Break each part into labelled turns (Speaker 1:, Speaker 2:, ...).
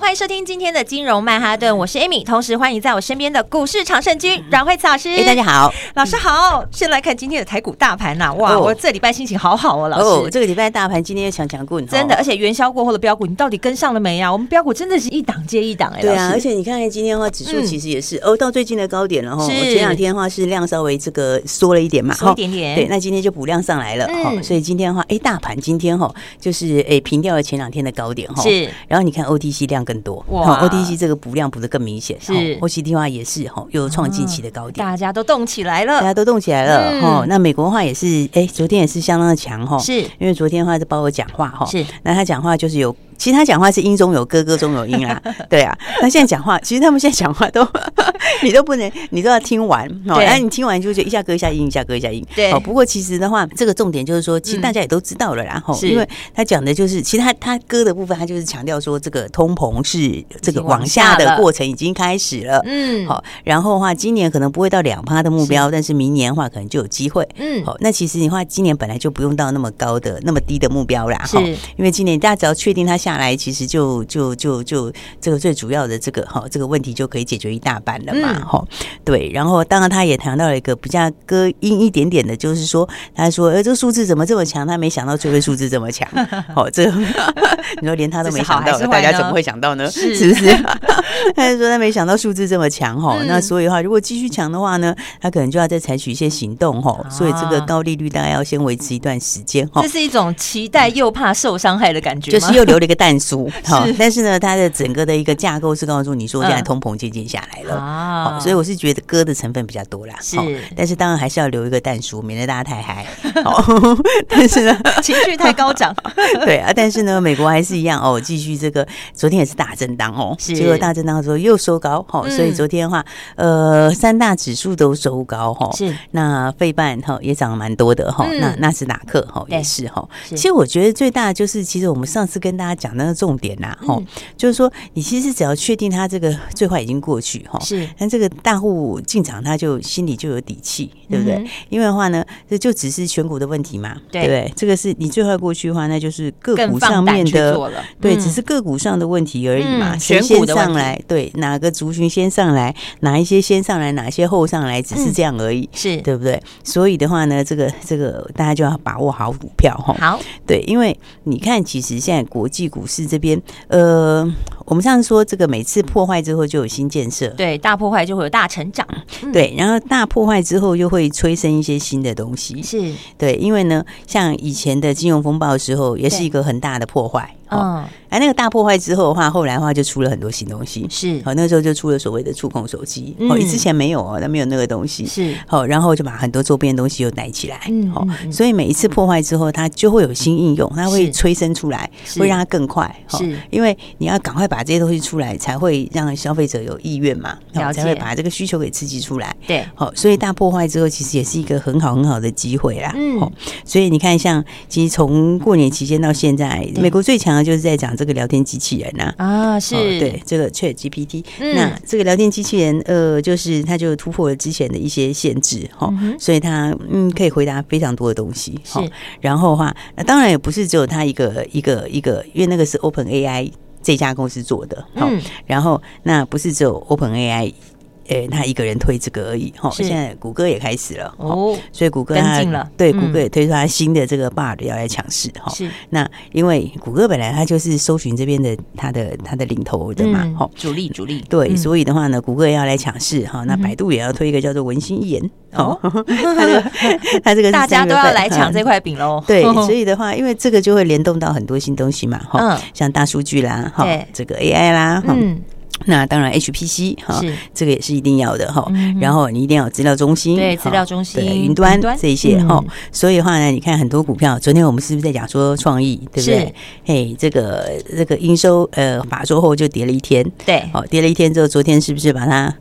Speaker 1: 欢迎收听今天的金融曼哈顿，
Speaker 2: 嗯
Speaker 1: 我是 Amy，同时欢迎在我身边的股市常胜军阮慧慈老师。
Speaker 2: 哎、大家好，
Speaker 1: 老师好。先来看今天的台股大盘呐、哇，
Speaker 2: 哦
Speaker 1: 我这礼拜心情好好哦，老师。
Speaker 2: 哦，这个礼拜大盘今天又强强棍，
Speaker 1: 真的，
Speaker 2: 哦
Speaker 1: 而且元宵过后的标股，你到底跟上了没啊？我们标股真的是一档接一档哎、
Speaker 2: 对
Speaker 1: 老
Speaker 2: 啊，
Speaker 1: 师
Speaker 2: 而且你看看今天的话，指数
Speaker 1: 嗯
Speaker 2: 其实也是、哦，到最近的高点了哈。
Speaker 1: 是
Speaker 2: 前两天的话是量稍微这个缩了一点嘛，
Speaker 1: 缩一
Speaker 2: 哈
Speaker 1: 点点
Speaker 2: 对，那今天就补量上来了哈、
Speaker 1: 嗯
Speaker 2: 所以今天的话，哎，大盘今天哈就是哎平掉了前两天的高点哈。
Speaker 1: 是
Speaker 2: 然后你看 OTC 量更多，
Speaker 1: 哇
Speaker 2: 哈 o t c 这个补量补的更明显，
Speaker 1: 是
Speaker 2: OTC 的话也是哈，又创近期的高点。
Speaker 1: 大家都动起来
Speaker 2: 大
Speaker 1: 了，
Speaker 2: 家都动起来了
Speaker 1: 嗯
Speaker 2: 哈、那美国的话也是，哎、昨天也是相当的强哈。
Speaker 1: 是
Speaker 2: 因为昨天的话是包括讲话哈，
Speaker 1: 是
Speaker 2: 那他讲话就是有，其实他讲话是音中有歌，歌中有 音啦，对啊。那现在讲话，其实他们现在讲话都， 你都不能，你都要听完哦。
Speaker 1: 对
Speaker 2: 那你听完就觉得一下歌一下音，一下歌一下音。
Speaker 1: 对
Speaker 2: 哦，不过其实的话，这个重点就是说，其实
Speaker 1: 嗯
Speaker 2: 大家也都知道了啦，哈、
Speaker 1: 是
Speaker 2: 因为他讲的就是，其实他他歌的部分，他就是强调说，这个通膨是这个
Speaker 1: 经往
Speaker 2: 往下
Speaker 1: 下
Speaker 2: 的
Speaker 1: 了
Speaker 2: 过程已经开始了。
Speaker 1: 嗯，
Speaker 2: 好、然后的话，今年可能不会到两趴的目标，但是明年的话可能就有机会。
Speaker 1: 嗯
Speaker 2: 好、那其实你话今年本来就不用到那么高的、那么低的目标啦，
Speaker 1: 是
Speaker 2: 齁因为今年大家只要确定它下来，其实就就就就这个最主要的这个哈、齁这个问题就可以解决一大半了嘛，
Speaker 1: 嗯
Speaker 2: 哈、对，然后当然他也谈到了一个比较歌音一点点的，就是说他说，呃，这个数字怎么这么强？他没想到最后数字这么 强，好、这个你说连他都
Speaker 1: 这是
Speaker 2: 没
Speaker 1: 好
Speaker 2: 想
Speaker 1: 还
Speaker 2: 到
Speaker 1: 是，
Speaker 2: 大
Speaker 1: 坏
Speaker 2: 家
Speaker 1: 呢
Speaker 2: 怎么会想到呢？
Speaker 1: 是
Speaker 2: 不是？他就说他没想到数字这么强哈、
Speaker 1: 嗯
Speaker 2: 那所以的话，如果继续强的话呢，他可能就要再采取一些行动哈、
Speaker 1: 啊
Speaker 2: 所以这个高利率大概要先维持一段时间哈、
Speaker 1: 这是一种期待又怕受伤害的感觉
Speaker 2: 哦就
Speaker 1: 吗，
Speaker 2: 是又留了一个 蛋酥哈
Speaker 1: 是，
Speaker 2: 但是呢，它的整个的一个架构是告诉你说，现在
Speaker 1: 嗯
Speaker 2: 通膨渐渐下来了。好、
Speaker 1: 啊
Speaker 2: 哦所以我是觉得歌的成分比较多啦，
Speaker 1: 是
Speaker 2: 好但是当然还是要留一个蛋叔，免得大家太嗨。 好，但是呢，
Speaker 1: 情绪太高涨，
Speaker 2: 对啊，但是呢，美国还是一样哦，继续这个，昨天也是大震荡哦，
Speaker 1: 是
Speaker 2: 结果大震荡的时候又收高哈、
Speaker 1: 嗯
Speaker 2: 所以昨天的话，呃，三大指数都收高哈、
Speaker 1: 是
Speaker 2: 那费半哈也涨蛮多的哈、
Speaker 1: 嗯
Speaker 2: 那纳斯达克哈
Speaker 1: 对
Speaker 2: 也是哈。
Speaker 1: 是
Speaker 2: 其实我觉得最大的就是，其实我们上次跟大家讲那个重点呐、哈、
Speaker 1: 嗯
Speaker 2: 就是说你其实只要确定它这个最坏已经过去哈，
Speaker 1: 是
Speaker 2: 但这个大户进场，他就心里就有底气，对不对？
Speaker 1: 嗯哼
Speaker 2: 因为的话呢，这就只是选股的问题嘛，
Speaker 1: 对
Speaker 2: 不对？这个是你最坏过去的话，那就是个
Speaker 1: 更
Speaker 2: 股
Speaker 1: 放
Speaker 2: 上
Speaker 1: 胆
Speaker 2: 面
Speaker 1: 去
Speaker 2: 的
Speaker 1: 做了，
Speaker 2: 对，
Speaker 1: 嗯
Speaker 2: 只是个股上的问题而已嘛。
Speaker 1: 嗯
Speaker 2: 谁
Speaker 1: 选股的
Speaker 2: 先
Speaker 1: 问题
Speaker 2: 上来，对，哪个族群先上来，哪一些先上来，哪些后上来，只
Speaker 1: 嗯
Speaker 2: 是这样而已，
Speaker 1: 是
Speaker 2: 对不对？所以的话呢，这个这个大家就要把握好股票哈。
Speaker 1: 好，
Speaker 2: 对，因为你看，其实现在国际股市这边，呃，我们上次说这个每次破坏之后就有新建设，
Speaker 1: 对，大破坏就会有大成长，嗯
Speaker 2: 对，然后大破坏之后又会催生一些新的东西，
Speaker 1: 是，
Speaker 2: 对，因为呢，像以前的金融风暴的时候，也是
Speaker 1: 对
Speaker 2: 一个很大的破坏，哦，
Speaker 1: 嗯，
Speaker 2: 哎，那个大破坏之后的话，后来的话就出了很多新东西，哦
Speaker 1: 是
Speaker 2: 好，那时候就出了所谓的触控手机，哦，
Speaker 1: 嗯
Speaker 2: 之前没有哦，那没有那个东西，
Speaker 1: 是，
Speaker 2: 好，然后就把很多周边的东西又带起来，
Speaker 1: 嗯
Speaker 2: 好
Speaker 1: 嗯，嗯
Speaker 2: 所以每一次破坏之后，它就会有新应用，它会
Speaker 1: 是
Speaker 2: 催生出来，
Speaker 1: 是
Speaker 2: 会让它更快，哦
Speaker 1: 是
Speaker 2: 因为你要赶快把这些东西出来，才会让消费者有意愿嘛，哦
Speaker 1: 了解
Speaker 2: 才会把这个需求给刺激出来。
Speaker 1: 对，
Speaker 2: 好，所以大破坏之后，其实也是一个很好很好的机会啦。
Speaker 1: 嗯
Speaker 2: 好，所以你看，像其实从过年期间到现在，
Speaker 1: 对
Speaker 2: 美国最强的就是在讲这个聊天机器人啊。
Speaker 1: 啊，
Speaker 2: 哦
Speaker 1: 是，
Speaker 2: 对，这个 Chat GPT，、
Speaker 1: 嗯
Speaker 2: 那这个聊天机器人，呃，就是它就突破了之前的一些限制，哈、
Speaker 1: 嗯哼
Speaker 2: 所以它嗯可以回答非常多的东西，
Speaker 1: 是
Speaker 2: 齁然后的话，那当然也不是只有它一个一个一个，因为那个是 Open AI 这家公司做的，齁
Speaker 1: 嗯，
Speaker 2: 然后那不是只有 Open AI，呃，他一个人推这个而已哈。
Speaker 1: 是
Speaker 2: 现在谷歌也开始了齁
Speaker 1: 哦，
Speaker 2: 所以谷歌
Speaker 1: 跟
Speaker 2: 它
Speaker 1: 进了
Speaker 2: 对
Speaker 1: 嗯
Speaker 2: 谷歌也推出它新的这个 Bard 要来尝试哈。
Speaker 1: 是，
Speaker 2: 那因为谷歌本来它就是搜寻这边的它的它的领头的嘛哈。齁
Speaker 1: 主力主力，
Speaker 2: 对，
Speaker 1: 嗯
Speaker 2: 所以的话呢，谷歌也要来抢市哈，那
Speaker 1: 嗯哼
Speaker 2: 百度也要推一个叫做文心一言
Speaker 1: 哦
Speaker 2: 哦， 它这个它这个是
Speaker 1: 大家
Speaker 2: 三
Speaker 1: 都
Speaker 2: 月
Speaker 1: 要
Speaker 2: 份
Speaker 1: 来抢
Speaker 2: 嗯
Speaker 1: 这块饼喽。
Speaker 2: 对，所以的话，因为这个就会联动到很多新东西嘛哈，
Speaker 1: 嗯
Speaker 2: 像大数据啦哈
Speaker 1: 对，
Speaker 2: 这个 AI 啦哈，
Speaker 1: 嗯，
Speaker 2: 那当然 HPC 哈
Speaker 1: 是，
Speaker 2: 这个也是一定要的哈
Speaker 1: 嗯。哼
Speaker 2: 然后你一定要有资料中心，
Speaker 1: 对
Speaker 2: 哈
Speaker 1: 资料中心
Speaker 2: 对云端
Speaker 1: 云端
Speaker 2: 这一些哈
Speaker 1: 嗯。
Speaker 2: 所以的话呢，你看很多股票，昨天我们是不是在讲说创意，对不
Speaker 1: 是
Speaker 2: 对？嘿，这个这个营收呃法说后就跌了一天，
Speaker 1: 对，
Speaker 2: 哦，跌了一天之后，昨天是不是把它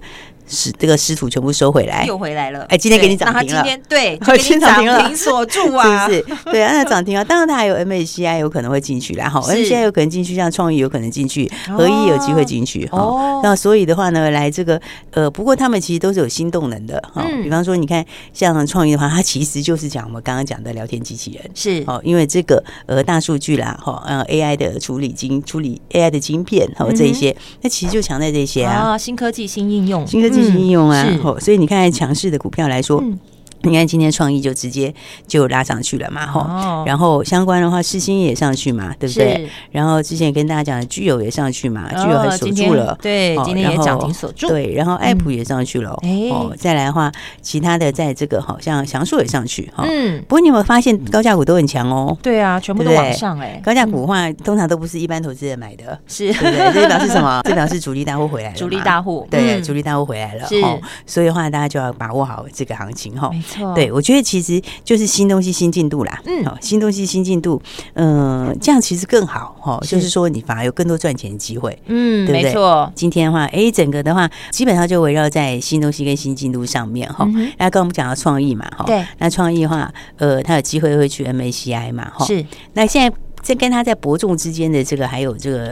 Speaker 2: 使这个师徒全部收回来，
Speaker 1: 又回来了。
Speaker 2: 哎今天给你
Speaker 1: 对那
Speaker 2: 涨
Speaker 1: 它
Speaker 2: 停了
Speaker 1: 今天 对，
Speaker 2: 哦
Speaker 1: 就给
Speaker 2: 今天
Speaker 1: 你
Speaker 2: 涨
Speaker 1: 涨
Speaker 2: 停了
Speaker 1: 停锁住啊，
Speaker 2: 是不是？对啊，那涨停啊，当然它还有 MACI 有可能会进去啦，哈
Speaker 1: 是
Speaker 2: ，MACI 有可能进去，像创意有可能进去，
Speaker 1: 哦
Speaker 2: 合一有机会进去，
Speaker 1: 哦
Speaker 2: 哈。那所以的话呢，来这个呃，不过他们其实都是有新动能的，哈
Speaker 1: 嗯。
Speaker 2: 比方说，你看像创意的话，它其实就是讲我们刚刚讲的聊天机器人。
Speaker 1: 是
Speaker 2: 哦，因为这个呃大数据啦，哈、呃 AI 的处理晶处理 AI 的晶片，
Speaker 1: 嗯
Speaker 2: 还、哦、有这一些，那其实就强在这些啊，
Speaker 1: 啊，新科技新应用，
Speaker 2: 新科技新应用啊，
Speaker 1: 嗯是
Speaker 2: 哦，所以你看强势的股票来说，
Speaker 1: 嗯
Speaker 2: 你看今天创意就直接就拉上去了嘛，哈、
Speaker 1: 哦
Speaker 2: 然后相关的话，世新也上去嘛，对不对
Speaker 1: 是？
Speaker 2: 然后之前也跟大家讲的具有也上去嘛，具有还
Speaker 1: 哦
Speaker 2: 锁
Speaker 1: 今
Speaker 2: 住
Speaker 1: 天
Speaker 2: 了，
Speaker 1: 对
Speaker 2: 哦
Speaker 1: 今天也
Speaker 2: 然后
Speaker 1: 涨停锁住
Speaker 2: 对，然后爱普也上去了，
Speaker 1: 哎
Speaker 2: 哦，再来的话，其他的在这个好像翔硕也上去哈。
Speaker 1: 嗯，
Speaker 2: 不过你有没有发现高价股都很强哦？
Speaker 1: 对啊，全部都
Speaker 2: 对不
Speaker 1: 往
Speaker 2: 对
Speaker 1: 上哎，
Speaker 2: 高价股的话，通常都不是一般投资人 买的，
Speaker 1: 是
Speaker 2: 对不对？这表示什么？这 表示主力大户回来了嘛，
Speaker 1: 主力大户，
Speaker 2: 对，
Speaker 1: 嗯
Speaker 2: 主力大户回来了，
Speaker 1: 是
Speaker 2: 哦，所以的话大家就要把握好这个行情哈。
Speaker 1: 没错，
Speaker 2: 哦对，我觉得其实就是新东西新进度啦，
Speaker 1: 哦嗯
Speaker 2: 哦，新东西新进度，嗯、这样其实更好哈、哦，就是是说你反而有更多赚钱的机会。
Speaker 1: 嗯，
Speaker 2: 对不
Speaker 1: 没
Speaker 2: 对
Speaker 1: 错，
Speaker 2: 今天的话，哎，整个的话基本上就围绕在新东西跟新进度上面哈。
Speaker 1: 嗯哼
Speaker 2: 那刚刚我们讲到创意嘛，哈、
Speaker 1: 对，
Speaker 2: 那创意的话，呃，它有机会会去 MACI 嘛，哈、
Speaker 1: 是
Speaker 2: 那现在这跟它在伯仲之间的这个，还有这个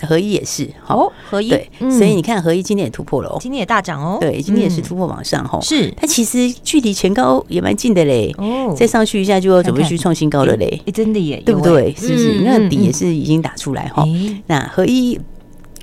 Speaker 2: 呃合一也是哈、
Speaker 1: 哦，合一
Speaker 2: 对，
Speaker 1: 嗯
Speaker 2: 所以你看合一今天也突破了哦，
Speaker 1: 今天也大涨哦，
Speaker 2: 对，今天也是
Speaker 1: 嗯
Speaker 2: 突破往上哈、
Speaker 1: 是
Speaker 2: 它其实距离前高也蛮近的嘞，
Speaker 1: 哦
Speaker 2: 再上去一下就要准备
Speaker 1: 看看
Speaker 2: 去创新高了嘞，
Speaker 1: 诶真的耶，
Speaker 2: 对不
Speaker 1: 有诶
Speaker 2: 对？是不是？
Speaker 1: 嗯哎
Speaker 2: 那底
Speaker 1: 嗯
Speaker 2: 也是已经打出来哈。
Speaker 1: 诶
Speaker 2: 那合一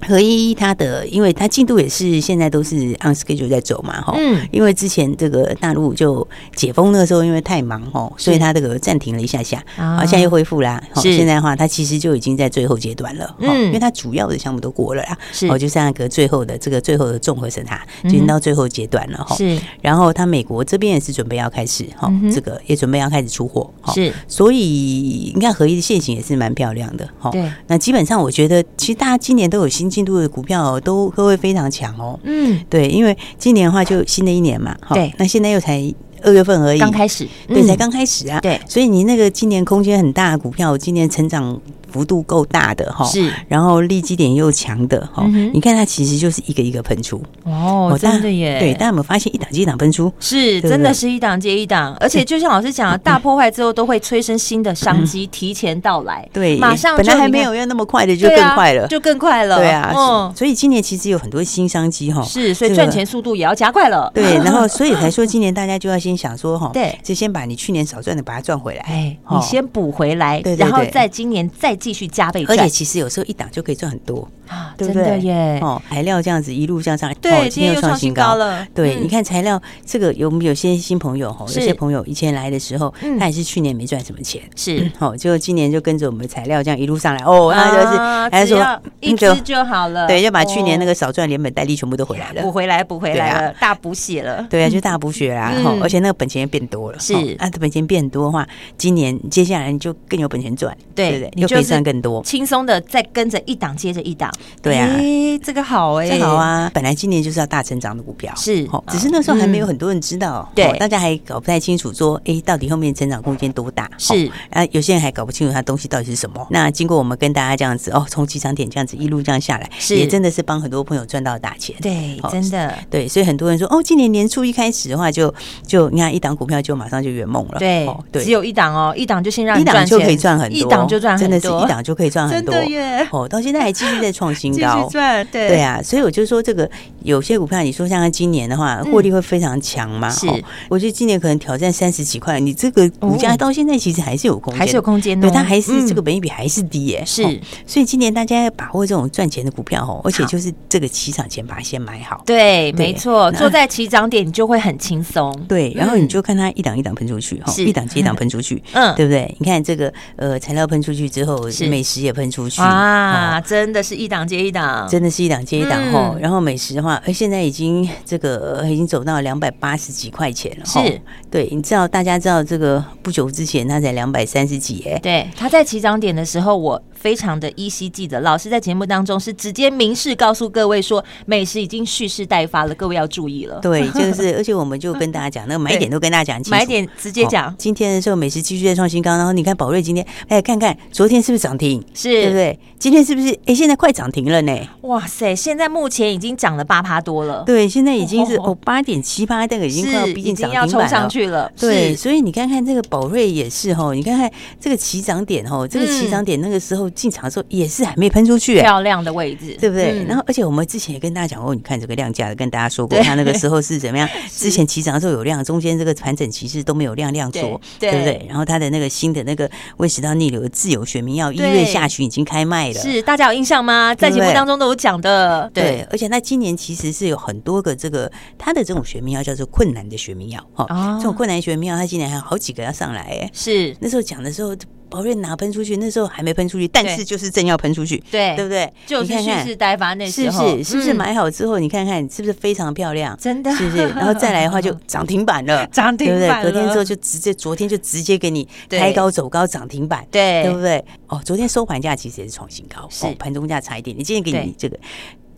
Speaker 2: 合一它的，因为它进度也是现在都是 on schedule 在走嘛哈。
Speaker 1: 嗯，
Speaker 2: 因为之前这个大陆就解封的时候，因为太忙哦，所以它这个暂停了一下下，
Speaker 1: 啊
Speaker 2: 啊，现在又恢复啦。哦
Speaker 1: 是
Speaker 2: 现在的话，它其实就已经在最后阶段了，哦
Speaker 1: 嗯
Speaker 2: 因为它主要的项目都过了啦，
Speaker 1: 是
Speaker 2: 哦，就是那个最后的这个最后的综合审查，就
Speaker 1: 嗯
Speaker 2: 已经
Speaker 1: 哼
Speaker 2: 到最后阶段了哈。
Speaker 1: 是
Speaker 2: 然后他美国这边也是准备要开始哈、
Speaker 1: 嗯哼
Speaker 2: 这个也准备要开始出货哈、
Speaker 1: 是，
Speaker 2: 所以你看合一的现形也是蛮漂亮的哈、
Speaker 1: 对，
Speaker 2: 那基本上我觉得，其实大家今年都有新进度的股票、哦，都都会非常强哦。
Speaker 1: 嗯，
Speaker 2: 对，因为今年的话就新的一年嘛，哈
Speaker 1: 对
Speaker 2: 那现在又才二月份而已，
Speaker 1: 刚开始，
Speaker 2: 对，
Speaker 1: 嗯
Speaker 2: 才刚开始啊。
Speaker 1: 对
Speaker 2: 所以你那个今年空间很大的股票，今年成长幅度够大的哈、
Speaker 1: 是
Speaker 2: 然后利基点又强的哈、
Speaker 1: 嗯哼
Speaker 2: 你看它其实就是一个一个喷出，
Speaker 1: 哦，
Speaker 2: 大
Speaker 1: 真的耶，
Speaker 2: 对，大家有没有发现一档接一档喷出？
Speaker 1: 是，
Speaker 2: 对不
Speaker 1: 真的
Speaker 2: 对嗯
Speaker 1: 是一档接一档，而且就像老师讲的，大破坏之后都会催生新的商机，提前到来，
Speaker 2: 对，
Speaker 1: 马上
Speaker 2: 本来
Speaker 1: 就
Speaker 2: 还
Speaker 1: 你
Speaker 2: 没
Speaker 1: 看
Speaker 2: 有要那么快的，就
Speaker 1: 对
Speaker 2: 更
Speaker 1: 啊
Speaker 2: 快了。
Speaker 1: 就更快了，
Speaker 2: 对啊，
Speaker 1: 嗯
Speaker 2: 是，所以今年其实有很多新商机哈。
Speaker 1: 是，所以
Speaker 2: 哦这个
Speaker 1: 赚钱速度也要加快了，
Speaker 2: 对，然后所以才说今年大家就要先想说哈，
Speaker 1: 对
Speaker 2: 就先把你去年少赚的把它赚回来。
Speaker 1: 哎，
Speaker 2: 哦
Speaker 1: 你先补回来
Speaker 2: 对，对
Speaker 1: 然后
Speaker 2: 对
Speaker 1: 在今年再继续加倍
Speaker 2: 而且
Speaker 1: 赚，
Speaker 2: 其实有时候一档就可以赚很多，
Speaker 1: 啊
Speaker 2: 对
Speaker 1: 真
Speaker 2: 不对？
Speaker 1: 的耶，
Speaker 2: 哦，材料这样子一路向上，哦
Speaker 1: 对，今天又创新高。了，
Speaker 2: 对，
Speaker 1: 嗯
Speaker 2: 你看材料这个有有些新朋友哈，
Speaker 1: 是
Speaker 2: 有些朋友以前来的时候
Speaker 1: 嗯，
Speaker 2: 他也是去年没赚什么钱，
Speaker 1: 是。
Speaker 2: 哦，结果今年就跟着我们材料这样一路上来，哦，那就是
Speaker 1: 啊
Speaker 2: 还
Speaker 1: 只
Speaker 2: 说
Speaker 1: 要一
Speaker 2: 嗯 就
Speaker 1: 只就好了，
Speaker 2: 对，就把去年那
Speaker 1: 个
Speaker 2: 个少赚连本带利全部都回来了
Speaker 1: 补。回来，补回
Speaker 2: 对
Speaker 1: 来
Speaker 2: 啊
Speaker 1: 了，大补血了，
Speaker 2: 对啊，就大补血啦，
Speaker 1: 嗯
Speaker 2: 哈、而且那个本钱也变多了，
Speaker 1: 是
Speaker 2: 吼啊，本钱变多的话，今年接下来你就更有本钱赚，
Speaker 1: 对
Speaker 2: 不对？
Speaker 1: 你
Speaker 2: 又
Speaker 1: 就
Speaker 2: 可以
Speaker 1: 是
Speaker 2: 赚更多，
Speaker 1: 轻松的再跟着一档接着一档，
Speaker 2: 对啊
Speaker 1: 诶这个好哎，
Speaker 2: 正好，啊。本来今年就是要大成长的股票，
Speaker 1: 是
Speaker 2: 吼只是那时候还没有
Speaker 1: 嗯
Speaker 2: 很多人知道，
Speaker 1: 对
Speaker 2: 吼大家还搞不太清楚说，哎，到底后面成长空间多大？吼
Speaker 1: 是
Speaker 2: 啊，有些人还搞不清楚它东西到底是什么。那经过我们跟大家这样子，哦，从起涨点这样子一路这样下来，
Speaker 1: 是
Speaker 2: 也真的是帮很多朋友赚到大钱，
Speaker 1: 对，
Speaker 2: 好
Speaker 1: 真的，
Speaker 2: 对，所以很多人说，哦，今年年初一开始的话就，就你看一档股票就马上就圆梦了。
Speaker 1: 对
Speaker 2: 哦，
Speaker 1: 只有一档哦，一档就先让
Speaker 2: 一
Speaker 1: 你
Speaker 2: 档
Speaker 1: 赚
Speaker 2: 就
Speaker 1: 钱，
Speaker 2: 可以赚很多，
Speaker 1: 一档就赚很
Speaker 2: 真
Speaker 1: 多，
Speaker 2: 的是一档就可以赚很
Speaker 1: 真
Speaker 2: 多
Speaker 1: 的耶，
Speaker 2: 哦，到现在还继续在创新
Speaker 1: 继
Speaker 2: 高
Speaker 1: 续。赚，对
Speaker 2: 对，啊，所以我就说这个有些股票，你说像它今年的话，获利会非常强嘛？
Speaker 1: 嗯是
Speaker 2: 哦我觉得今年可能挑战三十几块，你这个股
Speaker 1: 哦
Speaker 2: 价到现在其实还是有空间，
Speaker 1: 还是有空间的哦，
Speaker 2: 对，它还是
Speaker 1: 嗯
Speaker 2: 这个本益比还是低耶、
Speaker 1: 是
Speaker 2: 哦所以今年大家要把握这种赚钱的股票哦，而且
Speaker 1: 好
Speaker 2: 就是这个起涨前把它先买好。
Speaker 1: 对，
Speaker 2: 对
Speaker 1: 没错，
Speaker 2: 那
Speaker 1: 坐在起涨点你就会很轻松，
Speaker 2: 对，然后你
Speaker 1: 嗯
Speaker 2: 就看它一档一档喷出去，哈、
Speaker 1: 是，
Speaker 2: 一档接一档喷出去
Speaker 1: 嗯
Speaker 2: 对不对？你看这个呃材料喷出去之后
Speaker 1: 是，
Speaker 2: 美食也喷出去
Speaker 1: 哇，
Speaker 2: 哦
Speaker 1: 真的是一档接一档，
Speaker 2: 真的是一档接一档哈、
Speaker 1: 嗯
Speaker 2: 然后美食的话，呃，现在已经这个、呃已经走到两百八十几块钱了。吼
Speaker 1: 是
Speaker 2: 对，你知 道大家知道这个不久之前它才两百三十几哎、
Speaker 1: 对，他在起涨点的时候，我非常的依稀记得，老师在节目当中是直接明示告诉各位说，美食已经蓄势待发了，各位要注意了。
Speaker 2: 对，就是，而且我们就跟大家讲，那个买点都跟大家讲清楚，
Speaker 1: 买点直接讲、
Speaker 2: 哦今天的时候，美食继续在创新高，然后你看宝瑞今天，哎，看看昨天是不是涨停，对不
Speaker 1: 是，
Speaker 2: 对？今天是不是？哎，现在快涨停了呢。
Speaker 1: 哇塞，现在目前已经涨了八趴多了，
Speaker 2: 对，现在已经 是
Speaker 1: 哦
Speaker 2: 哦八点七八，那个已经快要
Speaker 1: 是
Speaker 2: 逼
Speaker 1: 已
Speaker 2: 近
Speaker 1: 经
Speaker 2: 涨
Speaker 1: 要
Speaker 2: 停
Speaker 1: 冲
Speaker 2: 板
Speaker 1: 上
Speaker 2: 了。
Speaker 1: 去了，
Speaker 2: 对，
Speaker 1: 是，
Speaker 2: 所以你看看这个宝瑞也是哈，你看看这个起涨点哈，这个起
Speaker 1: 嗯
Speaker 2: 涨点那个时候进场的时候也是还没喷出去、哎
Speaker 1: 漂亮的位置，
Speaker 2: 对不对？
Speaker 1: 嗯
Speaker 2: 然后，而且我们之前也跟大家讲过，你看这个量价的，跟大家说 过，
Speaker 1: 对
Speaker 2: 它那个时候是怎 么样？之前起涨的时候有量，中间这个盘整其实都没有量量缩，
Speaker 1: 对
Speaker 2: 对
Speaker 1: 对
Speaker 2: 不对？然后它的那个新的那个胃食道逆流的自由学名药，一
Speaker 1: 对
Speaker 2: 月下旬已经开卖了。
Speaker 1: 是大家有印象吗？在节目
Speaker 2: 对
Speaker 1: 当中都有讲的，
Speaker 2: 对，而且它今年其实是有很多个这个它的这种学名药叫做困难的学名药哈，
Speaker 1: 哦
Speaker 2: 这种困难学名药它今年还有好几个要上来哎。
Speaker 1: 是，
Speaker 2: 那时候讲的时候，宝瑞拿喷出去，那时候还没喷出去，但
Speaker 1: 对
Speaker 2: 是就是正要喷出去，
Speaker 1: 对
Speaker 2: 对不对？
Speaker 1: 就
Speaker 2: 你
Speaker 1: 是
Speaker 2: 看
Speaker 1: 蓄
Speaker 2: 看
Speaker 1: 势待发那
Speaker 2: 是
Speaker 1: 时
Speaker 2: 不
Speaker 1: 候，
Speaker 2: 是？是不是
Speaker 1: 嗯
Speaker 2: 买好之后，你看看是不是非常漂亮？
Speaker 1: 真的？
Speaker 2: 是不是？然后再来的话就涨停板了，
Speaker 1: 嗯 涨
Speaker 2: 对
Speaker 1: 停
Speaker 2: 不对？
Speaker 1: 板
Speaker 2: 隔天之后
Speaker 1: 了
Speaker 2: 就直接，昨天就直接给你
Speaker 1: 对
Speaker 2: 开高走高涨停板，
Speaker 1: 对
Speaker 2: 对不对？哦，昨天收盘价其实也是创新高，
Speaker 1: 是
Speaker 2: 哦盘中价差一点，你今天给
Speaker 1: 对
Speaker 2: 你这个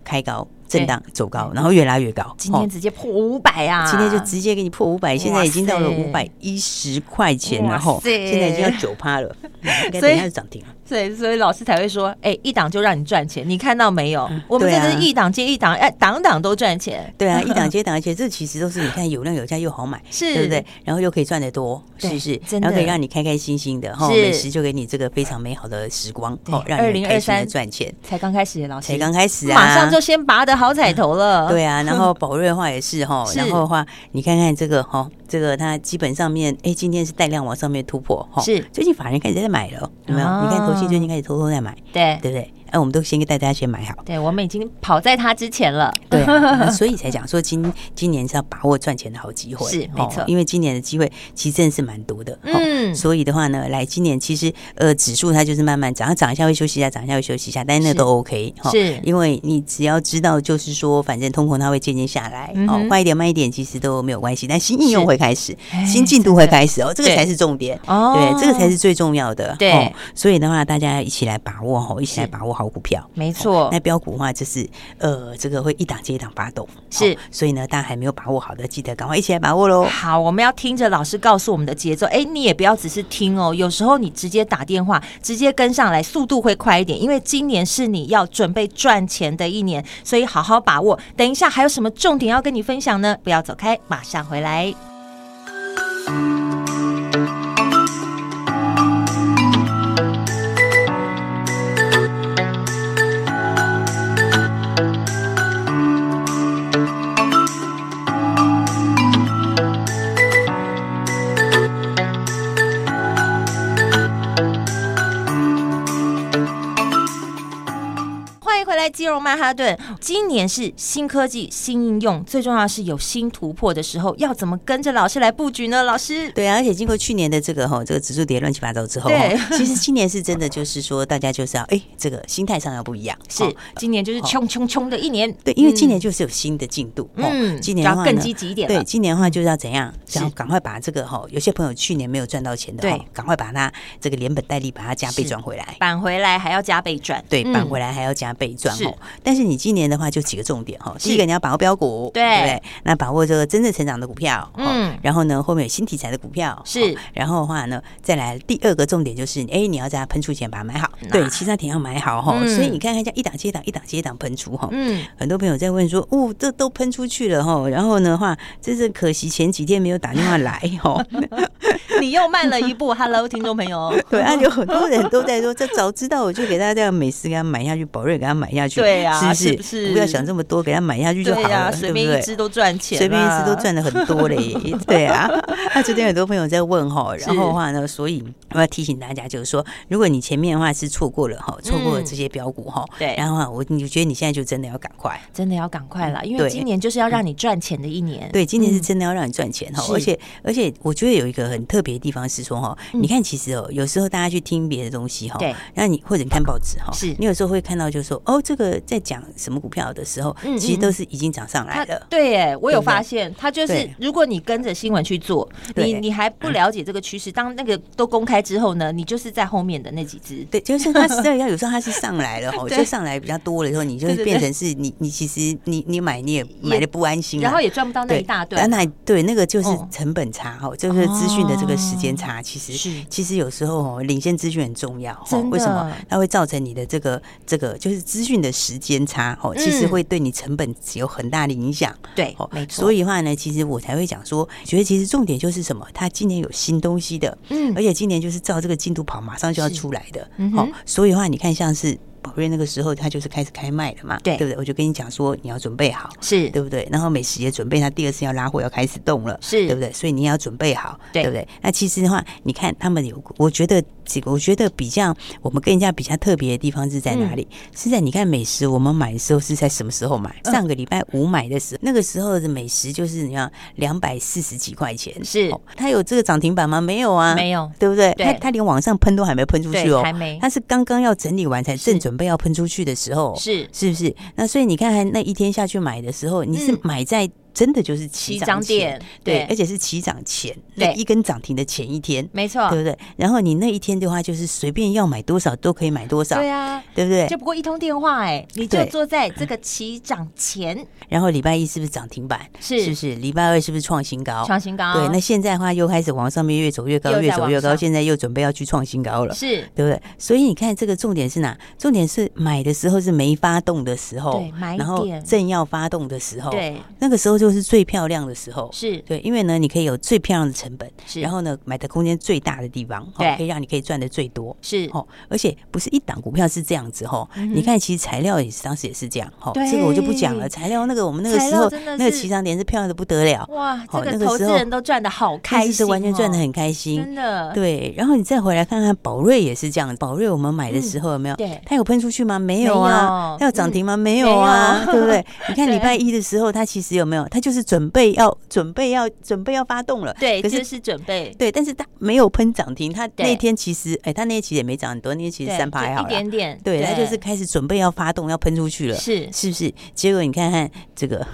Speaker 2: 开高震荡走高，然后越拉越高，
Speaker 1: 今
Speaker 2: 哦
Speaker 1: 天直接破五百啊！
Speaker 2: 今天就直接给你破五百，现在已经到了
Speaker 1: 哇
Speaker 2: 五百
Speaker 1: 塞
Speaker 2: 一十块钱了，
Speaker 1: 哇
Speaker 2: 然后
Speaker 1: 塞
Speaker 2: 现在已经要九趴了，嗯应该
Speaker 1: 所以
Speaker 2: 等一下就涨停了。
Speaker 1: 对，所以老师才会说，哎、一档就让你赚钱，你看到没有？我们这
Speaker 2: 对啊
Speaker 1: 是一档接一档，哎、档档都赚钱，
Speaker 2: 对啊，一档接一档，而且这其实都是你看有量有价又好买，
Speaker 1: 是
Speaker 2: 对不对？然后又可以赚得多，是
Speaker 1: 对
Speaker 2: 不是？
Speaker 1: 真的
Speaker 2: 然后可以让你开开心心的哈，
Speaker 1: 是
Speaker 2: 美食就给你这个非常美好的时光，
Speaker 1: 对
Speaker 2: 哦，让你很开心
Speaker 1: 2023
Speaker 2: 的赚钱。
Speaker 1: 才刚开始，老师
Speaker 2: 才刚开始啊，
Speaker 1: 马上就先拔得好彩头了。
Speaker 2: 对啊，然后宝瑞的话也是哈，
Speaker 1: 是
Speaker 2: 然后的话，你看看这个哈，这个它基本上面，哎，今天是带量往上面突破哈，
Speaker 1: 是
Speaker 2: 最近法人开始在买了，有没有？
Speaker 1: 哦
Speaker 2: 你看投信最近开始偷偷在买，
Speaker 1: 对
Speaker 2: 对不对？哎，我们都先给大家先买好。
Speaker 1: 对，我们已经跑在他之前了。
Speaker 2: 对啊、那所以才讲说今今年是要把握赚钱的好机会，
Speaker 1: 是没错
Speaker 2: 哦因为今年的机会其实真的是蛮多的，哦
Speaker 1: 嗯
Speaker 2: 所以的话呢，来今年其实呃指数它就是慢慢涨，它涨一下会休息一下，涨一下会休息一下，但是那
Speaker 1: 是
Speaker 2: 都 OK 哈
Speaker 1: 是
Speaker 2: 因为你只要知道就是说，反正通膨它会渐渐下来，
Speaker 1: 嗯
Speaker 2: 哦
Speaker 1: 哼，
Speaker 2: 快一点慢一点其实都没有关系，但新应用
Speaker 1: 是
Speaker 2: 会开始
Speaker 1: 哎，
Speaker 2: 新进度会开始哦，这个
Speaker 1: 对
Speaker 2: 才是重点。
Speaker 1: 哦
Speaker 2: 对，这个才是最重要的。
Speaker 1: 对
Speaker 2: 哦所以的话，大家一起来把握哦吼，一起来
Speaker 1: 是
Speaker 2: 把握好股票。
Speaker 1: 哦没错
Speaker 2: 那，标股的话，就是呃，这个会一档接一档发动，哦
Speaker 1: 是
Speaker 2: 所以呢，大家还没有把握好的，记得赶快一起来把握喽。
Speaker 1: 好，我们要听着老师告诉我们的节奏。哎，你也不要只是听哦，有时候你直接打电话，直接跟上来，速度会快一点。因为今年是你要准备赚钱的一年，所以好好把握。等一下还有什么重点要跟你分享呢？不要走开，马上回来。欢迎回来，金融曼哈顿。今年是新科技、新应用，最重要的是有新突破的时候，要怎么跟着老师来布局呢？老师，
Speaker 2: 对啊，而且经过去年的这个哈，这个指数跌乱七八糟之后哈
Speaker 1: 对，
Speaker 2: 其实今年是真的就是说，大家就是要哎，这个心态上要不一样，
Speaker 1: 是
Speaker 2: 哦
Speaker 1: 今年就是冲冲冲的一年，
Speaker 2: 对，因为今年
Speaker 1: 嗯
Speaker 2: 就是有新的进度，
Speaker 1: 嗯
Speaker 2: 哦，今年的话呢
Speaker 1: 要更积极一点了
Speaker 2: 对，今年的话就是要怎样，
Speaker 1: 是
Speaker 2: 想要赶快把这个哈，有些朋友去年没有赚到钱的，
Speaker 1: 对
Speaker 2: 哦，赶快把它这个连本带利把它加倍
Speaker 1: 是
Speaker 2: 赚回来。
Speaker 1: 扳回来还要加倍赚，
Speaker 2: 对，
Speaker 1: 嗯
Speaker 2: 扳回来还要加倍赚
Speaker 1: 是
Speaker 2: 哦。但是你今年的话，就几个重点哈。
Speaker 1: 是
Speaker 2: 第一个，你要把握标股，
Speaker 1: 对
Speaker 2: 不对？那把握这个真正成长的股票，
Speaker 1: 嗯
Speaker 2: 嗯。然后呢，后面有新题材的股票
Speaker 1: 是
Speaker 2: 哦然后的话呢，再来第二个重点就是，哎，你要在它喷出前把它买好，对，其他点要买好哈。
Speaker 1: 嗯
Speaker 2: 所以你看看，这样一档接一档，一档接一档喷出哈。
Speaker 1: 嗯，
Speaker 2: 很多朋友在问说，哦，这都喷出去了哈，然后呢话，真是可惜前几天没有打电话来哈。
Speaker 1: 你又慢了一步 ，Hello，听众朋友，
Speaker 2: 对，啊，有很多人都在说，这早知道我就给大家这样美食给他买下去，宝瑞给他买下去，
Speaker 1: 对啊
Speaker 2: 是不是？
Speaker 1: 是不是
Speaker 2: 不要想这么多，给他买下去就好
Speaker 1: 对
Speaker 2: 了，
Speaker 1: 呀，
Speaker 2: 对
Speaker 1: 随
Speaker 2: 不
Speaker 1: 便一
Speaker 2: 对
Speaker 1: 只都赚钱啦，啊
Speaker 2: 随便一次都赚了很多嘞， 对啊。那昨天很多朋友在问哈，然后的话呢，所以我要提醒大家，就是说，如果你前面的话是错过了哈，错过了这些标股哈，
Speaker 1: 对
Speaker 2: 然后啊，我你觉得你现在就真的要赶快，
Speaker 1: 真的要赶快了，因为
Speaker 2: 对
Speaker 1: 今年就是要让你赚钱的一年，
Speaker 2: 对，今年是
Speaker 1: 嗯
Speaker 2: 真的要让你赚钱哈、
Speaker 1: 是
Speaker 2: 而且而且我觉得有一个很特别的地方是说哈，你看其实哦，有时候大家去听别的东西哈，
Speaker 1: 嗯对，
Speaker 2: 那你或者你看报纸哈，
Speaker 1: 是
Speaker 2: 你有时候会看到就说哦，这个个在讲什么股票的时候
Speaker 1: 嗯，
Speaker 2: 其实都是已经涨上来
Speaker 1: 他
Speaker 2: 了。
Speaker 1: 对耶，我有
Speaker 2: 对不对
Speaker 1: 发现，他就是
Speaker 2: 对
Speaker 1: 如果你跟着新闻去做，
Speaker 2: 对
Speaker 1: 你你还不了解这个趋势，当那个都公开之后呢，你就是在后面的那几只。
Speaker 2: 对，就是它实在要有时候它是上来了吼，
Speaker 1: 对
Speaker 2: 就上来比较多了以后，你就
Speaker 1: 对
Speaker 2: 会
Speaker 1: 对对
Speaker 2: 变成是你你其实你你买你也买的不安心啊，
Speaker 1: 然后也赚不到那
Speaker 2: 对
Speaker 1: 一大
Speaker 2: 啊
Speaker 1: 段，
Speaker 2: 那对那个就是
Speaker 1: 嗯
Speaker 2: 成本差哦，就是资讯的这个时间差，其实
Speaker 1: 是
Speaker 2: 其实有时候哦，领先资讯很重要哦
Speaker 1: 真的。
Speaker 2: 为什么？它会造成你的这个这个就是资讯的时间差哦，其实
Speaker 1: 嗯
Speaker 2: 会对你成本有很大的影响。
Speaker 1: 对
Speaker 2: 哦，
Speaker 1: 没错。
Speaker 2: 所
Speaker 1: 以，
Speaker 2: 以的话呢，其实我才会讲说，觉得其实重点就是什么，它今年有新东西的，
Speaker 1: 嗯
Speaker 2: 而且今年就是照这个进度跑，马上就要
Speaker 1: 是
Speaker 2: 出来的。
Speaker 1: 嗯
Speaker 2: 好、
Speaker 1: 哼
Speaker 2: 所以的话，你看像是宝瑞那个时候，它就是开始开卖了嘛，
Speaker 1: 对
Speaker 2: 对不对？我就跟你讲说，你要准备好。
Speaker 1: 是
Speaker 2: 对不对？然后美食也准备，它第二次要拉货要开始动了，
Speaker 1: 是
Speaker 2: 对不对？所以你也要准备好，
Speaker 1: 对
Speaker 2: 不对？那其实的话，你看他们有，我觉得几个，我觉得比较我们跟人家比较特别的地方是在哪里？是在你看美食，我们买的时候是在什么时候买？
Speaker 1: 嗯
Speaker 2: 上个礼拜五买的时候，那个时候的美食就是你看两百四十几块钱，
Speaker 1: 是
Speaker 2: 哦它有这个涨停板吗？没有啊，
Speaker 1: 没有
Speaker 2: 对不对？
Speaker 1: 对
Speaker 2: 它它连往上喷都还没喷出去
Speaker 1: 对，
Speaker 2: 哦，
Speaker 1: 还没
Speaker 2: 它是刚刚要整理完，才正
Speaker 1: 是
Speaker 2: 准备要喷出去的时候，哦
Speaker 1: 是
Speaker 2: 是不是？那所以你看，看那一天下去买的时候，你是
Speaker 1: 嗯
Speaker 2: 买在真的就是起
Speaker 1: 七
Speaker 2: 涨
Speaker 1: 张
Speaker 2: 点，
Speaker 1: 点，
Speaker 2: 对，而
Speaker 1: 对，
Speaker 2: 且是起涨前那
Speaker 1: 对
Speaker 2: 一根涨停的前一天，
Speaker 1: 没错，
Speaker 2: 对不对？然后你那一天的话，就是随便要买多少都可以买多少，
Speaker 1: 对啊。
Speaker 2: 对不对
Speaker 1: 就？不过一通电话，哎，你就
Speaker 2: 对
Speaker 1: 坐在这个起涨前
Speaker 2: 然后礼拜一是不是涨停板？
Speaker 1: 是
Speaker 2: 不是？礼拜二是不是创新高？
Speaker 1: 创新高，
Speaker 2: 对，那现在的话又开始往上面越走越
Speaker 1: 又
Speaker 2: 高，
Speaker 1: 在
Speaker 2: 越走越
Speaker 1: 往
Speaker 2: 高，
Speaker 1: 上
Speaker 2: 现在又准备要去创新高了。
Speaker 1: 是
Speaker 2: 对不对？所以你看，这个重点是哪？重点是买的时候是没发动的时候，
Speaker 1: 对买
Speaker 2: 然后
Speaker 1: 点
Speaker 2: 正要发动的时候，，
Speaker 1: 对
Speaker 2: 那个时候就是最漂亮的时候，
Speaker 1: 是
Speaker 2: 哦对，因为呢，你可以有最漂亮的成本，
Speaker 1: 是，
Speaker 2: 然后呢，买的空间最大的地方，哦
Speaker 1: 对
Speaker 2: 可以让你可以赚的最多。
Speaker 1: 是
Speaker 2: 哦，而且不是一档股票是这样子哦，
Speaker 1: 嗯哼
Speaker 2: 你看其实材料也是当时也是这样哦，
Speaker 1: 对
Speaker 2: 这个我就不讲了。材料那个我们那个
Speaker 1: 材
Speaker 2: 时
Speaker 1: 料
Speaker 2: 候
Speaker 1: 真的是
Speaker 2: 那个起涨点是漂亮的不得了，
Speaker 1: 哇，这
Speaker 2: 哦
Speaker 1: 个
Speaker 2: 那个
Speaker 1: 投资
Speaker 2: 时候
Speaker 1: 人都赚的好开
Speaker 2: 那
Speaker 1: 心
Speaker 2: 是
Speaker 1: 哦，
Speaker 2: 完全赚的很开心
Speaker 1: 真。的，
Speaker 2: 对，然后你再回来看看宝瑞也是这样，宝瑞我们买的时候有没
Speaker 1: 嗯
Speaker 2: 有？
Speaker 1: 对
Speaker 2: 它有喷出去吗？没有啊
Speaker 1: 没有。
Speaker 2: 它有涨停吗？没
Speaker 1: 没
Speaker 2: 有
Speaker 1: 有
Speaker 2: 啊， 对不对？你看
Speaker 1: 对
Speaker 2: 礼拜一的时候，它其实有没有？它就是准备要准备要准备要发动了。
Speaker 1: 对，
Speaker 2: 可
Speaker 1: 就是是准备
Speaker 2: 对，但是它没有喷涨停，它
Speaker 1: 对
Speaker 2: 那天其实哎，它那天其实也没涨很多，那天其实
Speaker 1: 对
Speaker 2: 三趴
Speaker 1: 就
Speaker 2: 还好
Speaker 1: 一
Speaker 2: 啦。
Speaker 1: 点点，
Speaker 2: 对，它就是开始准备要发动，要喷出去了，
Speaker 1: 是，
Speaker 2: 是不是？结果你看看这个。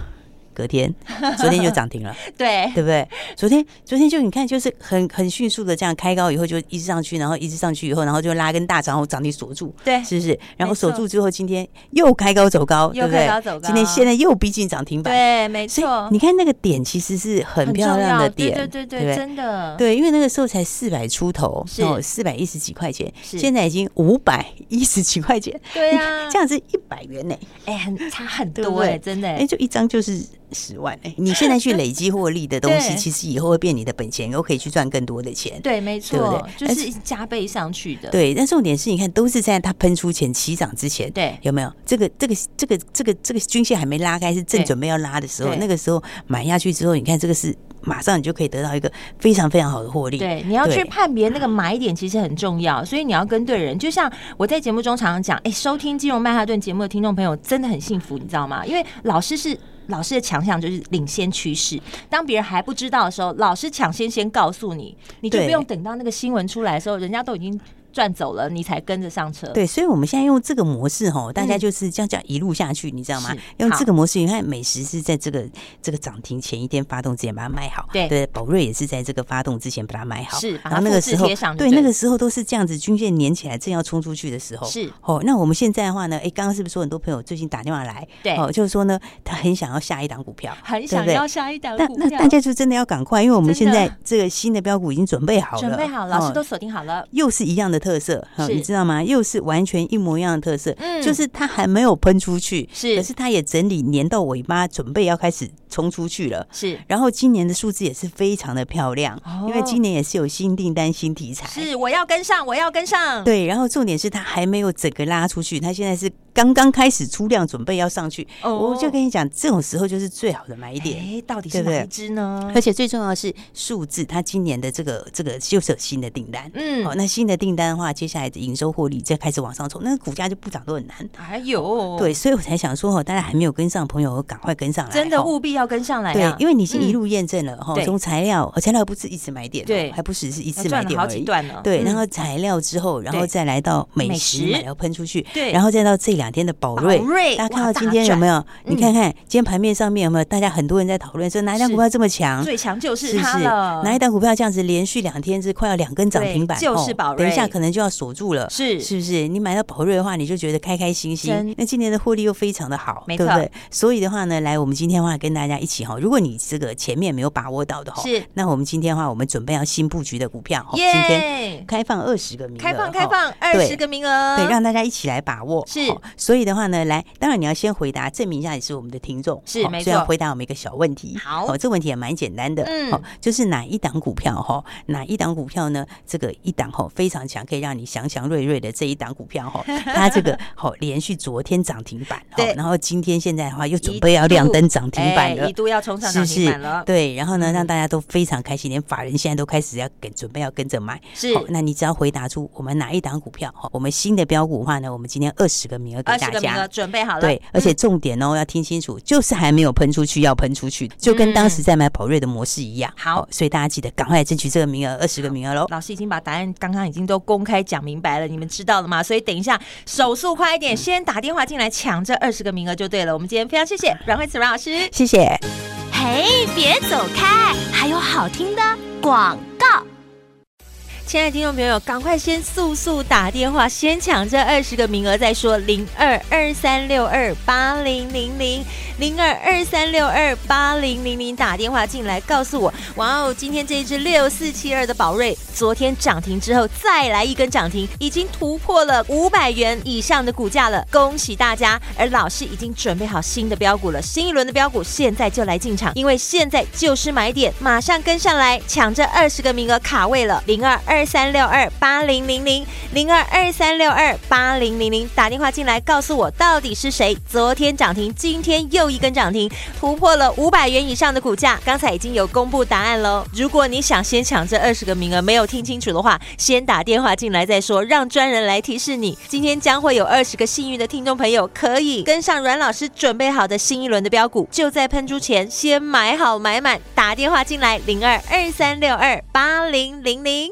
Speaker 2: 隔天，昨天就涨停了，
Speaker 1: 对
Speaker 2: 对不对？昨天，昨天就你看，就是很很迅速的这样开高以后，就一直上去，然后一直上去以后，然后就拉根大长，然后涨停锁住，
Speaker 1: 对
Speaker 2: 是不是？然后
Speaker 1: 没错
Speaker 2: 锁住之后，今天又开高走高，
Speaker 1: 又
Speaker 2: 对不对
Speaker 1: 开高走高
Speaker 2: 今天现在又逼近涨停板，
Speaker 1: 对，没
Speaker 2: 所
Speaker 1: 错
Speaker 2: 以，你看那个点其实是很漂亮的
Speaker 1: 重
Speaker 2: 点，
Speaker 1: 要对对对
Speaker 2: 不
Speaker 1: 对，真的，
Speaker 2: 对，因为那个时候才四百出头，
Speaker 1: 是
Speaker 2: 四百一十几块钱，
Speaker 1: 是
Speaker 2: 现在已经五百一十几块钱，
Speaker 1: 对
Speaker 2: 你
Speaker 1: 啊
Speaker 2: 看，这样子一百元呢、
Speaker 1: 哎，很差很
Speaker 2: 对不
Speaker 1: 多哎，
Speaker 2: 对
Speaker 1: 真的
Speaker 2: 哎、
Speaker 1: 哎，
Speaker 2: 就一张就是十万哎、你现在去累积获利的东西，
Speaker 1: 对
Speaker 2: 其实以后会变你的本钱，又可以去赚更多的钱。
Speaker 1: 对，没
Speaker 2: 对不
Speaker 1: 错，就
Speaker 2: 对而
Speaker 1: 是加倍上去的，
Speaker 2: 对，但重点是你看，都是在它喷出前起涨之前，
Speaker 1: 对
Speaker 2: 有没有？这个这个这个这个这个均线还没拉开，是正
Speaker 1: 对
Speaker 2: 准备要拉的时候
Speaker 1: 对，
Speaker 2: 那个时候买下去之后，你看这个是马上你就可以得到一个非常非常好的获利。
Speaker 1: 对，你要去
Speaker 2: 对
Speaker 1: 判别那个买点，其实很重要，所以你要跟对人。就像我在节目中常常讲，哎，收听金融曼哈顿节目的听众朋友真的很幸福，你知道吗？因为老师是。老师的强项就是领先趋势，当别人还不知道的时候，老师抢先先告诉你，你就
Speaker 2: 对
Speaker 1: 不用等到那个新闻出来的时候，人家都已经赚走了，你才跟着上车。
Speaker 2: 对，所以我们现在用这个模式吼，大家
Speaker 1: 嗯
Speaker 2: 就是这样这样一路下去，你知道吗
Speaker 1: 是？
Speaker 2: 用
Speaker 1: 好
Speaker 2: 这个模式，你看美食是在这个这个涨停前一天发动之前把它卖好，
Speaker 1: 对
Speaker 2: 对，宝瑞也是在这个发动之前把它卖好，
Speaker 1: 是把它
Speaker 2: 然后那个
Speaker 1: 复制
Speaker 2: 时候
Speaker 1: 贴上就
Speaker 2: 对
Speaker 1: 对
Speaker 2: 那
Speaker 1: 了
Speaker 2: 个时候都是这样子，均线粘起来正要冲出去的时候，
Speaker 1: 是
Speaker 2: 哦。那我们现在的话呢，哎，刚刚是不是说很多朋友最近打电话来，
Speaker 1: 对
Speaker 2: 哦，就是说呢，他很想要下一档股票，
Speaker 1: 很
Speaker 2: 对
Speaker 1: 想
Speaker 2: 不对
Speaker 1: 要下一档
Speaker 2: 那
Speaker 1: 股
Speaker 2: 那
Speaker 1: 票，
Speaker 2: 大家就真的要赶快，因为我们
Speaker 1: 真
Speaker 2: 现
Speaker 1: 的
Speaker 2: 在这个新的标股已经准备好了，
Speaker 1: 准备好，老师
Speaker 2: 哦
Speaker 1: 都锁定好了，
Speaker 2: 又是一样的特色，哈
Speaker 1: 是
Speaker 2: 你知道吗？又是完全一模一样的特色，
Speaker 1: 嗯
Speaker 2: 就是它还没有喷出去，
Speaker 1: 是
Speaker 2: 可是它也整理粘到尾巴，准备要开始冲出去了。
Speaker 1: 是
Speaker 2: 然后今年的数字也是非常的漂亮，
Speaker 1: 哦
Speaker 2: 因为今年也是有新订单、新题材。
Speaker 1: 是，我要跟上，我要跟上，
Speaker 2: 对，然后重点是它还没有整个拉出去，它现在是刚刚开始出量，准备要上去。
Speaker 1: 哦
Speaker 2: 我就跟你讲，这种时候就是最好的买点。
Speaker 1: 哎，到底是
Speaker 2: 对不对
Speaker 1: 哪一支呢
Speaker 2: 而？且最重要的是数字，它今年的这个这个就是有新的订单，
Speaker 1: 嗯
Speaker 2: 哦好、那新的订单的话，接下来的营收获利再开始往上冲，那个股价就不涨都很难。
Speaker 1: 还有，
Speaker 2: 对，所以我才想说哦，大家还没有跟上的朋友，赶快跟上来，
Speaker 1: 真的
Speaker 2: 哦
Speaker 1: 务必要跟上来
Speaker 2: 对
Speaker 1: 啊，，
Speaker 2: 因为你是一
Speaker 1: 嗯
Speaker 2: 路验证了哈
Speaker 1: 对，
Speaker 2: 从材料，哦材料不是一次买点哦，
Speaker 1: 对
Speaker 2: 还不只是一次买
Speaker 1: 赚了
Speaker 2: 点
Speaker 1: 好
Speaker 2: 而
Speaker 1: 几
Speaker 2: 已。
Speaker 1: 段了。嗯
Speaker 2: 对，然后材料之后，然后
Speaker 1: 对
Speaker 2: 再来到美
Speaker 1: 美
Speaker 2: 食，
Speaker 1: 食
Speaker 2: 买了喷出去，
Speaker 1: 对
Speaker 2: 然后再到这两天的宝
Speaker 1: 宝
Speaker 2: 瑞，
Speaker 1: 瑞
Speaker 2: 大家看
Speaker 1: 哇
Speaker 2: 到今天有没有？
Speaker 1: 嗯
Speaker 2: 你看看今天盘面上面有没有？大家很多人在讨论说哪一档
Speaker 1: 是
Speaker 2: 股票这么强？
Speaker 1: 最强就是
Speaker 2: 是不
Speaker 1: 它
Speaker 2: 是？
Speaker 1: 了，
Speaker 2: 哪一档股票这样子连续两天是快要两根涨停板，
Speaker 1: 对就是
Speaker 2: 哦
Speaker 1: 宝
Speaker 2: 等一下
Speaker 1: 瑞
Speaker 2: 可能就要锁住了。
Speaker 1: 是
Speaker 2: 是不是？你买到宝瑞的话，你就觉得开开心
Speaker 1: 真
Speaker 2: 心。那今年的获利又非常的好，
Speaker 1: 没
Speaker 2: 对不
Speaker 1: 错
Speaker 2: 对？所以的话呢，来，我们今天的话跟大家一起哈，如果你这个前面没有把握到的哈，
Speaker 1: 是
Speaker 2: 那我们今天的话，我们准备要新布局的股票哈，今天
Speaker 1: 耶，
Speaker 2: 开放二十个名额，
Speaker 1: 开放
Speaker 2: 哈
Speaker 1: 开。放二十
Speaker 2: 对
Speaker 1: 个名额，
Speaker 2: 对，让大家一起来把握。
Speaker 1: 嗯是
Speaker 2: 哦所以的话呢，来，当然你要先回答，证明一下你是我们的听众，
Speaker 1: 是
Speaker 2: 哦
Speaker 1: 没
Speaker 2: 所以要
Speaker 1: 错
Speaker 2: 回答我们一个小问题。
Speaker 1: 好
Speaker 2: 哦，这问题也蛮简单的，
Speaker 1: 嗯
Speaker 2: 哦，就是哪一档股票哈、哦，哪一档股票呢？这个一档哈、哦、非常强，可以让你祥祥瑞瑞的这一档股票哈、哦，它这个好、哦、连续昨天涨停板，哦
Speaker 1: 对
Speaker 2: 然后今天现在的话又准
Speaker 1: 一
Speaker 2: 备要亮
Speaker 1: 度
Speaker 2: 灯涨停板
Speaker 1: 哎
Speaker 2: 了
Speaker 1: 一。度要冲上
Speaker 2: 是
Speaker 1: 涨
Speaker 2: 不
Speaker 1: 停
Speaker 2: 是
Speaker 1: 板了？，
Speaker 2: 对，然后呢，
Speaker 1: 嗯
Speaker 2: 让大家都非常开心，连法人现在都开始要跟准备要跟着买。
Speaker 1: 是
Speaker 2: 好，那你只要回答出我们哪一档股票，哦好，我们新的标股的话呢，我们今天二十个名额给
Speaker 1: 二
Speaker 2: 大
Speaker 1: 十个名额
Speaker 2: 家。
Speaker 1: 准备好了，嗯
Speaker 2: 对，而且重点哦，要听清楚，就是还没有喷出去，要喷出去，就跟当时在买宝瑞的模式一样。
Speaker 1: 嗯
Speaker 2: 哦
Speaker 1: 好
Speaker 2: 所以大家记得赶快来争取这个名额，二十个名额喽。
Speaker 1: 老师已经把答案刚刚已经都公开讲明白了，你们知道了吗？所以等一下手速快一
Speaker 2: 嗯
Speaker 1: 点，先打电话进来抢这二十个名额就对了。我们今天非常谢谢阮慧慈阮老师。
Speaker 2: 谢谢。
Speaker 3: 嘿，别走开，还有好听的广告。
Speaker 1: 亲爱的听众朋友，赶快先速速打电话，先抢这二十个名额再说。零二二三六二八零零零，零二二三六二八零零零，打电话进来告诉我。哇哦，今天这一只六四七二的宝瑞，昨天涨停之后再来一根涨停，已经突破了五百元以上的股价了，恭喜大家！而老师已经准备好新的标股了，新一轮的标股现在就来进场，因为现在就是买点，马上跟上来抢这二十个名额卡位了，零二二三六二八零零零零二二三六二八零零零，打电话进来告诉我到底是谁，昨天涨停，今天又一根涨停，突破了五百元以上的股价，刚才已经有公布答案喽。如果你想先抢这二十个名额，没有听清楚的话，先打电话进来再说，让专人来提示你。今天将会有二十个幸运的听众朋友可以跟上阮老师准备好的新一轮的标股，就在喷出前先买好买满，打电话进来零二二三六二八零零零。